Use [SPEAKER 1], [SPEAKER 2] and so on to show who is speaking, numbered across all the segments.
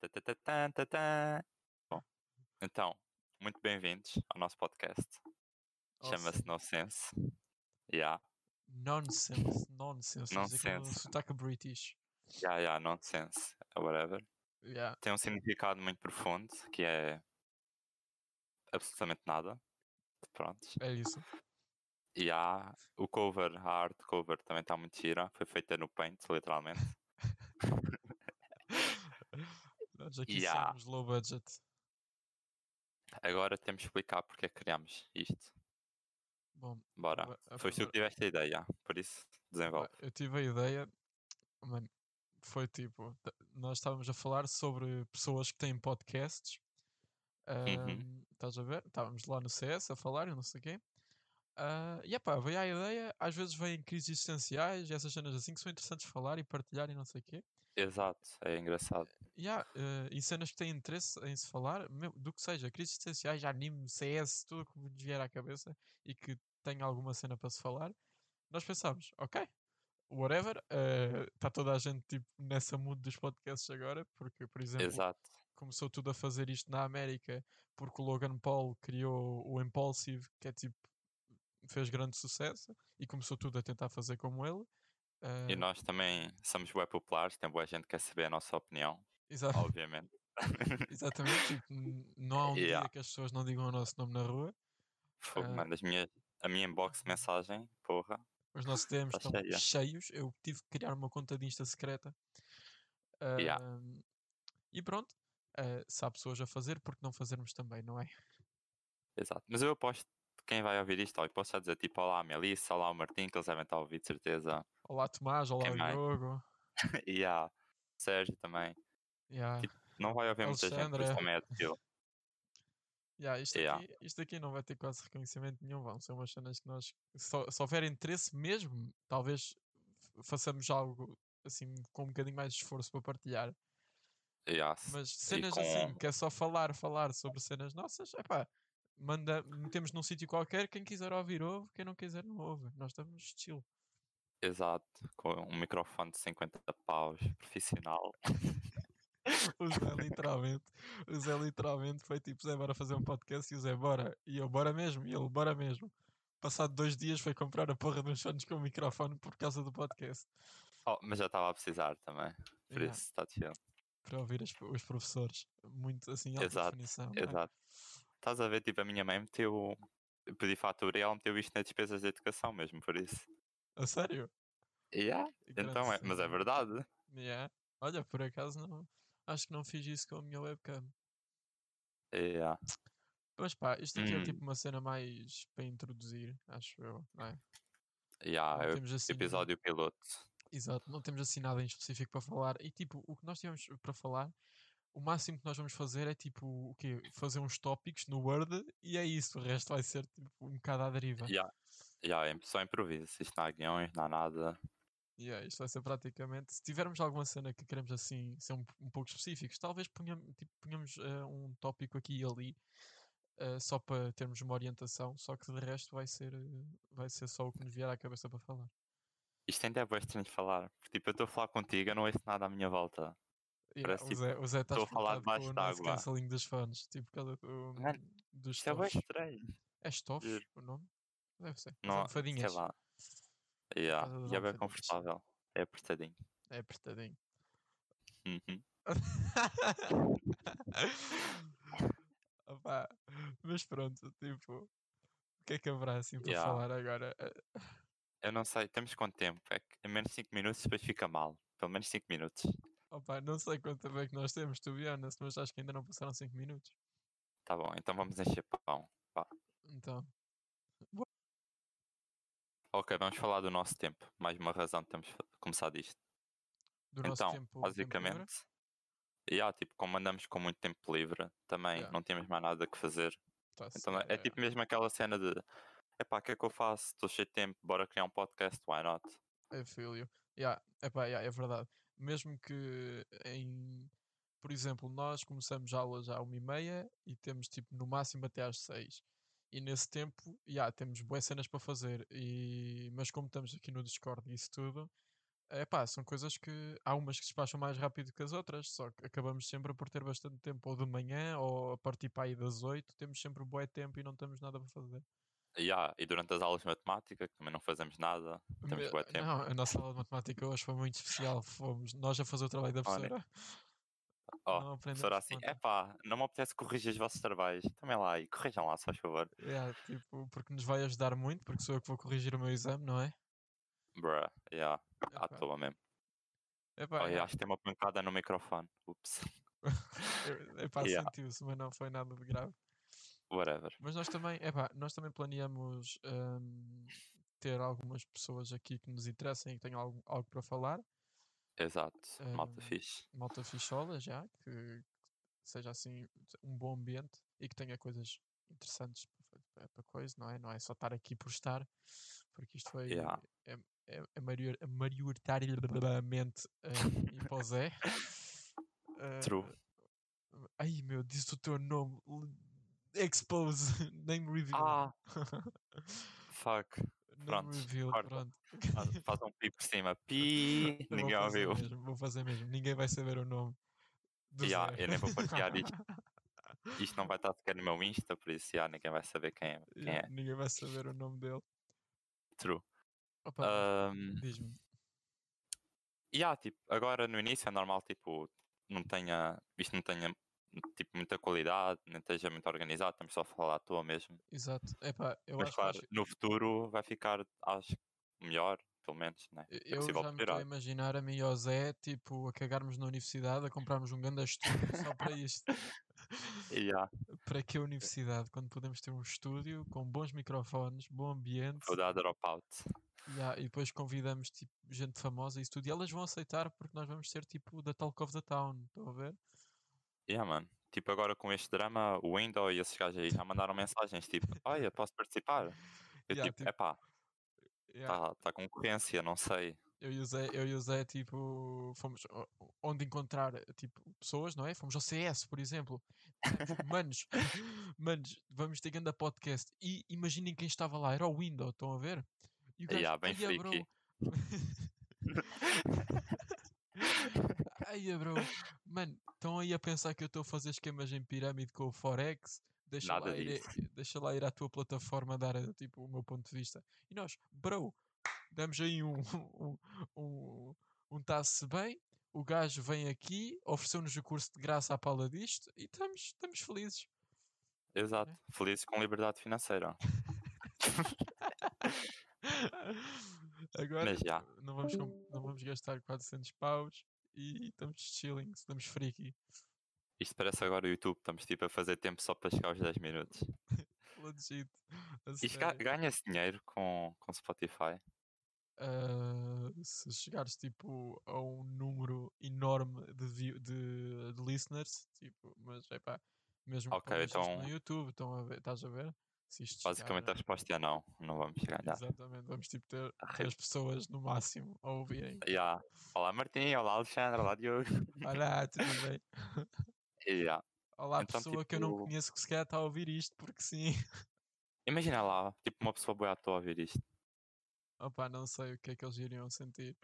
[SPEAKER 1] Tatatã, tatatã. Bom, então, muito bem-vindos ao nosso podcast.
[SPEAKER 2] Nossa.
[SPEAKER 1] Chama-se No Sense. Yeah,
[SPEAKER 2] Nonsense, nonsense. Nonsense. Aquele
[SPEAKER 1] Nonsense.
[SPEAKER 2] um sotaque british.
[SPEAKER 1] yeah, yeah, nonsense, whatever.
[SPEAKER 2] Yeah.
[SPEAKER 1] Tem um significado muito profundo que é absolutamente nada. Prontos.
[SPEAKER 2] É isso.
[SPEAKER 1] E há o cover, a art cover também está muito gira. Foi feita no Paint, literalmente.
[SPEAKER 2] Nós aqui
[SPEAKER 1] Yeah.
[SPEAKER 2] somos low budget.
[SPEAKER 1] Agora temos de explicar porque é que criámos isto.
[SPEAKER 2] Bom,
[SPEAKER 1] Bora.
[SPEAKER 2] a- a
[SPEAKER 1] Foi tu que tiveste a ideia, por isso desenvolve.
[SPEAKER 2] Eu tive a ideia, mano, foi tipo, t- nós estávamos a falar sobre pessoas que têm podcasts.
[SPEAKER 1] Uhum.
[SPEAKER 2] ahm, Estás a ver? Estávamos lá no CS a falar, eu não sei o quê. Ah, e epá, veio a ideia, às vezes vêm crises existenciais e essas cenas assim que são interessantes falar e partilhar e não sei o quê.
[SPEAKER 1] Exato, é engraçado.
[SPEAKER 2] E há, eh, e cenas que têm interesse em se falar, me- do que seja, crises existenciais, anime, CS, tudo o que vos vier à cabeça e que tenha alguma cena para se falar, nós pensámos, ok, whatever, está toda a gente tipo, nessa mood dos podcasts agora, porque, por exemplo,
[SPEAKER 1] Exato.
[SPEAKER 2] começou tudo a fazer isto na América porque o Logan Paul criou o Impulsive, que é tipo, fez grande sucesso e começou tudo a tentar fazer como ele. eh,
[SPEAKER 1] E nós também somos web populares, tem boa gente que quer saber a nossa opinião,
[SPEAKER 2] exa-
[SPEAKER 1] obviamente.
[SPEAKER 2] Exatamente, tipo, n- não há um
[SPEAKER 1] Yeah.
[SPEAKER 2] dia que as pessoas não digam o nosso nome na rua.
[SPEAKER 1] Fogo,
[SPEAKER 2] Ah.
[SPEAKER 1] mano, as minhas, a minha inbox de mensagem, porra.
[SPEAKER 2] Os nossos DMs
[SPEAKER 1] Tá
[SPEAKER 2] estão
[SPEAKER 1] cheia.
[SPEAKER 2] cheios. Eu tive que criar uma conta de Insta secreta.
[SPEAKER 1] Yeah.
[SPEAKER 2] Ahm, E pronto, ah, se há pessoas a fazer, porque não fazermos também, não é?
[SPEAKER 1] Exato. Mas eu aposto que quem vai ouvir isto, olha, posso já dizer tipo, olá a Melissa, olá o Martim, que eles devem estar a ouvir, de certeza.
[SPEAKER 2] Olá Tomás, olá
[SPEAKER 1] Quem mais?
[SPEAKER 2] Diogo,
[SPEAKER 1] E há Sérgio também.
[SPEAKER 2] yeah.
[SPEAKER 1] Tipo, Não vai ouvir muita gente, por isso
[SPEAKER 2] Alexandra.
[SPEAKER 1] também é tranquilo.
[SPEAKER 2] Yeah, isto,
[SPEAKER 1] yeah.
[SPEAKER 2] Aqui, isto aqui não vai ter quase reconhecimento nenhum. Vão ser umas cenas que nós, só, se houver interesse mesmo, talvez f- façamos algo assim com um bocadinho mais de esforço para partilhar.
[SPEAKER 1] E há, se-
[SPEAKER 2] Mas cenas
[SPEAKER 1] com-
[SPEAKER 2] assim, que é só falar, falar sobre cenas nossas, é pá, manda, metemos num sítio qualquer, quem quiser ouvir ouve, quem não quiser não ouve. Nós estamos chill.
[SPEAKER 1] Exato, com um microfone de 50 paus, profissional.
[SPEAKER 2] O Zé literalmente, o Zé literalmente foi tipo, Zé, bora fazer um podcast e o Zé, bora. E eu, bora mesmo, e ele, bora mesmo. Passado dois dias foi comprar a porra dos fones com o microfone por causa do podcast.
[SPEAKER 1] Oh, mas já estava a precisar também, por
[SPEAKER 2] Yeah,
[SPEAKER 1] isso está chill.
[SPEAKER 2] para ouvir as- os professores. Muito assim, alta
[SPEAKER 1] Exato,
[SPEAKER 2] definição. não é?
[SPEAKER 1] Exato. Estás a ver, tipo, a minha mãe meteu. eu Pedi fatura e ela meteu isto nas despesas de educação mesmo, por isso.
[SPEAKER 2] A sério?
[SPEAKER 1] Yeah,
[SPEAKER 2] Grande
[SPEAKER 1] então é, mas é
[SPEAKER 2] cena.
[SPEAKER 1] verdade.
[SPEAKER 2] Yeah. Olha, por acaso não. Acho que não fiz isso com a minha webcam.
[SPEAKER 1] Yeah.
[SPEAKER 2] Mas pá, isto aqui é
[SPEAKER 1] Hum.
[SPEAKER 2] tipo uma cena mais para introduzir, acho eu, não é?
[SPEAKER 1] Yeah,
[SPEAKER 2] não
[SPEAKER 1] é o
[SPEAKER 2] temos assim,
[SPEAKER 1] episódio piloto.
[SPEAKER 2] Exato, não temos assim nada em específico para falar. E tipo, o que nós tivemos para falar, o máximo que nós vamos fazer é tipo, o quê? Fazer uns tópicos no Word e é isso, o resto vai ser tipo um bocado à deriva.
[SPEAKER 1] Yeah. Yeah, é só improviso. Isto não há guiões, não há nada.
[SPEAKER 2] E é, isto vai ser praticamente. Se tivermos alguma cena que queremos assim ser um, p- um pouco específicos, talvez ponham- tipo, ponhamos eh, um tópico aqui e ali eh, só para termos uma orientação, só que de resto vai ser, eh, vai ser só o que nos vier à cabeça para falar.
[SPEAKER 1] Isto ainda é bem estranho de falar. Porque, tipo, eu estou a falar contigo, eu não ouço nada à minha volta.
[SPEAKER 2] Yeah,
[SPEAKER 1] Parece
[SPEAKER 2] o
[SPEAKER 1] tipo,
[SPEAKER 2] Zé, o Zé está
[SPEAKER 1] estou a falar
[SPEAKER 2] espantado
[SPEAKER 1] debaixo
[SPEAKER 2] com o nosso
[SPEAKER 1] d'água.
[SPEAKER 2] canceling dos fãs, tipo, por causa do,
[SPEAKER 1] Mano,
[SPEAKER 2] dos
[SPEAKER 1] Isto é bem
[SPEAKER 2] Stoffs.
[SPEAKER 1] estranho.
[SPEAKER 2] É Stoffs
[SPEAKER 1] Juro.
[SPEAKER 2] o nome? Deve ser. é As
[SPEAKER 1] Não, sei
[SPEAKER 2] almofadinhas.
[SPEAKER 1] lá. Yeah.
[SPEAKER 2] causa das
[SPEAKER 1] E é bem
[SPEAKER 2] almofadinhas.
[SPEAKER 1] confortável. É apertadinho.
[SPEAKER 2] É apertadinho.
[SPEAKER 1] Uhum.
[SPEAKER 2] Opá, mas pronto, tipo, o que é que haverá assim para
[SPEAKER 1] Yeah.
[SPEAKER 2] falar agora? Eh,
[SPEAKER 1] Eu não sei, temos quanto tempo? É que é menos 5 minutos, depois fica mal. Pelo menos 5 minutos.
[SPEAKER 2] Opá, não sei quanto tempo é que nós temos, to be honest, mas acho que ainda não passaram 5 minutos.
[SPEAKER 1] Tá bom, então vamos encher pão.
[SPEAKER 2] Então,
[SPEAKER 1] Ok,
[SPEAKER 2] Tá.
[SPEAKER 1] vamos falar do nosso tempo. Mais uma razão de termos fa- começado isto.
[SPEAKER 2] do nosso
[SPEAKER 1] Então,
[SPEAKER 2] tempo. tempo livre,
[SPEAKER 1] basicamente, e há tipo, como andamos com muito tempo livre, também
[SPEAKER 2] Yeah.
[SPEAKER 1] não temos mais nada que fazer.
[SPEAKER 2] tá-se,
[SPEAKER 1] Então é, é
[SPEAKER 2] eh,
[SPEAKER 1] tipo mesmo aquela cena de epá, o que é que eu faço? Estou cheio de tempo, bora criar um podcast, why not?
[SPEAKER 2] É filho. Yeah, epá, yeah, é verdade. Mesmo que em. Por exemplo, nós começamos aulas à uma e meia e temos tipo no máximo até às seis. E nesse tempo, yeah, temos boas cenas para fazer. E... Mas como estamos aqui no Discord e isso tudo, É pá, são coisas que há umas que se despacham mais rápido que as outras, só que acabamos sempre por ter bastante tempo, ou de manhã, ou a partir para aí das 8, temos sempre um bué tempo e não temos nada para fazer.
[SPEAKER 1] Ya, e durante as aulas de matemática, que também não fazemos nada, temos
[SPEAKER 2] Me-
[SPEAKER 1] bué tempo.
[SPEAKER 2] Não, a nossa aula de matemática hoje foi muito especial, fomos nós a fazer o trabalho da
[SPEAKER 1] Olha,
[SPEAKER 2] professora.
[SPEAKER 1] ó,
[SPEAKER 2] não aprendemos
[SPEAKER 1] Professor assim,
[SPEAKER 2] nada.
[SPEAKER 1] epá, não me apetece corrigir os vossos trabalhos. Também lá e corrijam lá, se faz favor.
[SPEAKER 2] Yeah, tipo, porque nos vai ajudar muito, porque sou eu que vou corrigir o meu exame, não é?
[SPEAKER 1] Bruh, yeah, à
[SPEAKER 2] Epá,
[SPEAKER 1] toa mesmo.
[SPEAKER 2] epá,
[SPEAKER 1] Olha,
[SPEAKER 2] yeah.
[SPEAKER 1] acho que tem uma pancada no microfone. Ups,
[SPEAKER 2] Eu- epá,
[SPEAKER 1] Yeah.
[SPEAKER 2] sentiu-se, mas não foi nada de grave.
[SPEAKER 1] whatever.
[SPEAKER 2] Mas nós também, epá, nós também planeamos hum, ter algumas pessoas aqui que nos interessem e que tenham algo, algo para falar.
[SPEAKER 1] Exato, malta
[SPEAKER 2] Hum,
[SPEAKER 1] fixe.
[SPEAKER 2] Malta fichola já, que seja assim um bom ambiente e que tenha coisas interessantes para fa- para- para coisa, não é? Não é só estar aqui por estar, porque isto foi
[SPEAKER 1] Yeah.
[SPEAKER 2] é, é, é maior- é maioritariamente hum, em Posé. Ah,
[SPEAKER 1] True.
[SPEAKER 2] Eh, Ai meu, disse o teu nome. l- Expose, name reveal.
[SPEAKER 1] Ah, fuck.
[SPEAKER 2] Name
[SPEAKER 1] pronto,
[SPEAKER 2] reveal,
[SPEAKER 1] corta.
[SPEAKER 2] pronto.
[SPEAKER 1] Faz- Faz um pi por cima. Pi,
[SPEAKER 2] Eu
[SPEAKER 1] ninguém
[SPEAKER 2] vou fazer
[SPEAKER 1] ouviu.
[SPEAKER 2] mesmo, vou fazer mesmo. Ninguém vai saber o nome. Do
[SPEAKER 1] Ya,
[SPEAKER 2] Zé.
[SPEAKER 1] eu nem vou partilhar isto. Isto não vai estar sequer no meu Insta, por isso ya, ninguém vai saber quem é. Quem
[SPEAKER 2] Ya,
[SPEAKER 1] é.
[SPEAKER 2] Ninguém vai saber o nome dele.
[SPEAKER 1] True.
[SPEAKER 2] Opa, mas
[SPEAKER 1] Um,
[SPEAKER 2] diz-me.
[SPEAKER 1] e há, tipo, agora no início é normal, tipo, não tenha, isto não tenha, tipo, muita qualidade, nem esteja muito organizado, estamos só a falar à toa mesmo.
[SPEAKER 2] Exato. Epá, eu
[SPEAKER 1] Mas
[SPEAKER 2] acho que faz-
[SPEAKER 1] claro, no futuro vai ficar, acho, melhor, pelo menos, né?
[SPEAKER 2] eu-
[SPEAKER 1] É
[SPEAKER 2] eu
[SPEAKER 1] possível
[SPEAKER 2] já me estou a
[SPEAKER 1] melhorar.
[SPEAKER 2] imaginar a mim e ao Zé, tipo, a cagarmos na universidade, a comprarmos um grande estúdio só para isto.
[SPEAKER 1] E há,
[SPEAKER 2] Para que a universidade? Quando podemos ter um estúdio com bons microfones, bom ambiente,
[SPEAKER 1] vou dar dropout.
[SPEAKER 2] Ya, e depois convidamos tipo, gente famosa e isso tudo, e elas vão aceitar porque nós vamos ser tipo da Talk of the Town, estão a ver?
[SPEAKER 1] E há, mano. Tipo, agora com este drama, o Window e esses gajos aí já mandaram mensagens, tipo, olha, posso participar? Eu,
[SPEAKER 2] Ya,
[SPEAKER 1] tipo,
[SPEAKER 2] tipo,
[SPEAKER 1] epá,
[SPEAKER 2] Ya,
[SPEAKER 1] tá, tá concorrência, não sei.
[SPEAKER 2] Eu, e o Zé, eu e o Zé, tipo, fomos o- o- onde encontrar tipo, pessoas, não é? Fomos ao CS, por exemplo. Dissemos, Manos, manos, vamos ter grande podcast. E imaginem quem estava lá, era o Window, estão a ver? E o gajo,
[SPEAKER 1] Ya, bem
[SPEAKER 2] "Aia, bro,
[SPEAKER 1] freaky.
[SPEAKER 2] Aí, é, bro, mano, estão aí a pensar que eu estou a fazer esquemas em pirâmide com o Forex? Deixa
[SPEAKER 1] Nada
[SPEAKER 2] lá, ir, a- deixa lá ir à tua plataforma dar eh, tipo, o meu ponto de vista. E nós, bro, damos aí um, um, um, um tá-se bem, o gajo vem aqui, ofereceu-nos o curso de graça à pala disto e estamos, estamos felizes.
[SPEAKER 1] Exato. Felizes com liberdade financeira.
[SPEAKER 2] Agora
[SPEAKER 1] Mas já.
[SPEAKER 2] não, vamos, com- não vamos gastar 400 paus e estamos chilling, estamos freaky.
[SPEAKER 1] Isto parece agora o YouTube, estamos tipo a fazer tempo só para chegar aos 10 minutos.
[SPEAKER 2] Legit. a
[SPEAKER 1] Isto ga-
[SPEAKER 2] sério.
[SPEAKER 1] ganha-se dinheiro com, com Spotify.
[SPEAKER 2] Ah, se chegares tipo a um número enorme de, view- de, de listeners, tipo, mas é pá, mesmo que
[SPEAKER 1] Ok,
[SPEAKER 2] ponhas isto no
[SPEAKER 1] então-
[SPEAKER 2] YouTube, estão a ver, estás a ver? Se isto chegar
[SPEAKER 1] Basicamente
[SPEAKER 2] a-
[SPEAKER 1] a resposta é não, não vamos ganhar.
[SPEAKER 2] Exatamente, vamos tipo ter
[SPEAKER 1] Arre-
[SPEAKER 2] três pessoas no máximo a ouvirem.
[SPEAKER 1] Yeah. Olá Martim, olá Alexandre, olá Diogo.
[SPEAKER 2] Olá, tudo bem?
[SPEAKER 1] Yeah.
[SPEAKER 2] ah, Olá,
[SPEAKER 1] Então,
[SPEAKER 2] pessoa que eu não
[SPEAKER 1] tipo-
[SPEAKER 2] conheço que sequer está a ouvir isto, porque sim.
[SPEAKER 1] Imagina lá, tipo uma pessoa boa à toa a ouvir isto.
[SPEAKER 2] Opa, não sei o que é que eles iriam sentir.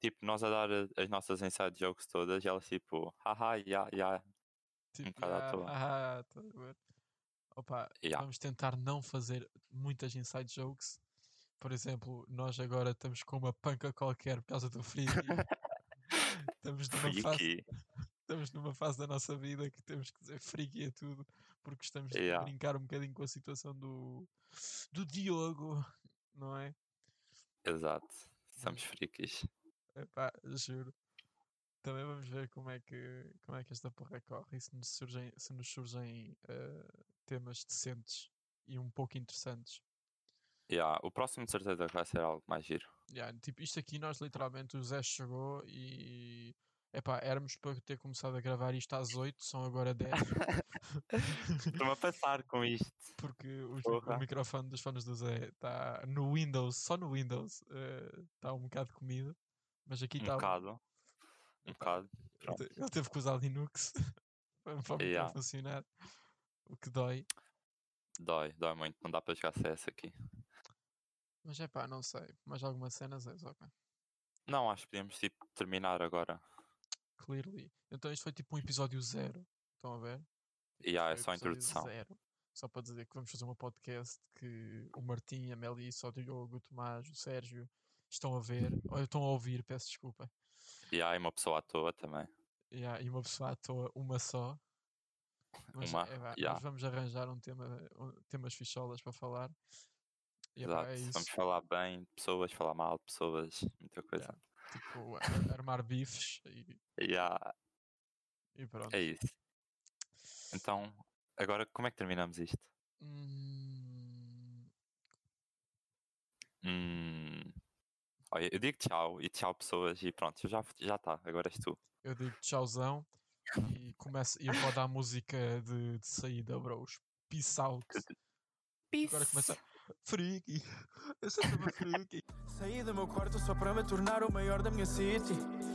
[SPEAKER 1] Tipo, nós a dar a- as nossas inside jokes todas e elas tipo, haha, yeah, yeah,
[SPEAKER 2] Tipo,
[SPEAKER 1] bocado à
[SPEAKER 2] "Ah,
[SPEAKER 1] toa."
[SPEAKER 2] ah, tá a ver. Opa,
[SPEAKER 1] yeah.
[SPEAKER 2] vamos tentar não fazer muitas inside jokes. Por exemplo, nós agora estamos com uma panca qualquer por causa do freaky. estamos, numa fase,
[SPEAKER 1] Freaky.
[SPEAKER 2] estamos numa fase da nossa vida que temos que dizer freaky a tudo, porque estamos a
[SPEAKER 1] Yeah.
[SPEAKER 2] brincar um bocadinho com a situação do, do Diogo, não é?
[SPEAKER 1] Exato.
[SPEAKER 2] Hum.
[SPEAKER 1] Somos freaks.
[SPEAKER 2] Epá, juro. Também vamos ver como é que, como é que esta porra corre e se nos surgem, se nos surgem eh, temas decentes e um pouco interessantes.
[SPEAKER 1] Yeah. O próximo de certeza que vai ser algo mais giro.
[SPEAKER 2] Yeah, tipo, isto aqui nós literalmente o Zé chegou e epá, éramos para ter começado a gravar isto às 8, são agora 10,
[SPEAKER 1] Estou-me a passar com isto.
[SPEAKER 2] porque o, mi- o
[SPEAKER 1] Porra.
[SPEAKER 2] microfone dos fones do Zé está no Windows, só no Windows, está um bocado comido, mas aqui
[SPEAKER 1] Um
[SPEAKER 2] está.
[SPEAKER 1] bocado.
[SPEAKER 2] Tá.
[SPEAKER 1] Um bocado. Pronto.
[SPEAKER 2] Ele teve que usar Linux para para o micro
[SPEAKER 1] Yeah.
[SPEAKER 2] funcionar, o que dói.
[SPEAKER 1] Dói, dói muito. Não dá para jogar CS aqui.
[SPEAKER 2] Mas é pá, não sei, mais alguma cena, Zé, Zoca?
[SPEAKER 1] Não, acho que podíamos tipo, terminar agora.
[SPEAKER 2] Clearly. Então isto foi tipo um episódio zero. Estão a ver?
[SPEAKER 1] E yeah, é
[SPEAKER 2] Foi um
[SPEAKER 1] só a
[SPEAKER 2] episódio
[SPEAKER 1] introdução.
[SPEAKER 2] zero. Só para dizer que vamos fazer um podcast que o Martim, a Melissa, o Diogo, o Tomás, o Sérgio estão a ver, ou estão a ouvir, peço desculpa.
[SPEAKER 1] E há uma pessoa à toa também.
[SPEAKER 2] Yeah, e uma pessoa à toa, uma só. Mas,
[SPEAKER 1] Uma,
[SPEAKER 2] é vá,
[SPEAKER 1] yeah.
[SPEAKER 2] mas vamos arranjar um tema, um- temas ficholas para falar. E, epá,
[SPEAKER 1] Exato.
[SPEAKER 2] é isso.
[SPEAKER 1] Vamos falar bem de pessoas, falar mal de pessoas, muita coisa.
[SPEAKER 2] Tipo, a- armar bifes e,
[SPEAKER 1] E há-
[SPEAKER 2] e pronto.
[SPEAKER 1] é isso. Então, agora como é que terminamos isto?
[SPEAKER 2] Hum,
[SPEAKER 1] Hum, Olha, eu digo tchau e tchau pessoas e pronto, já já está, agora és tu.
[SPEAKER 2] eu digo tchauzão e começo, e eu vou dar a música de, de saída, bros. Peace out. Agora começa. Freaky. Eu sou uma freaky.
[SPEAKER 3] Saí do meu quarto só para me tornar o maior da minha city.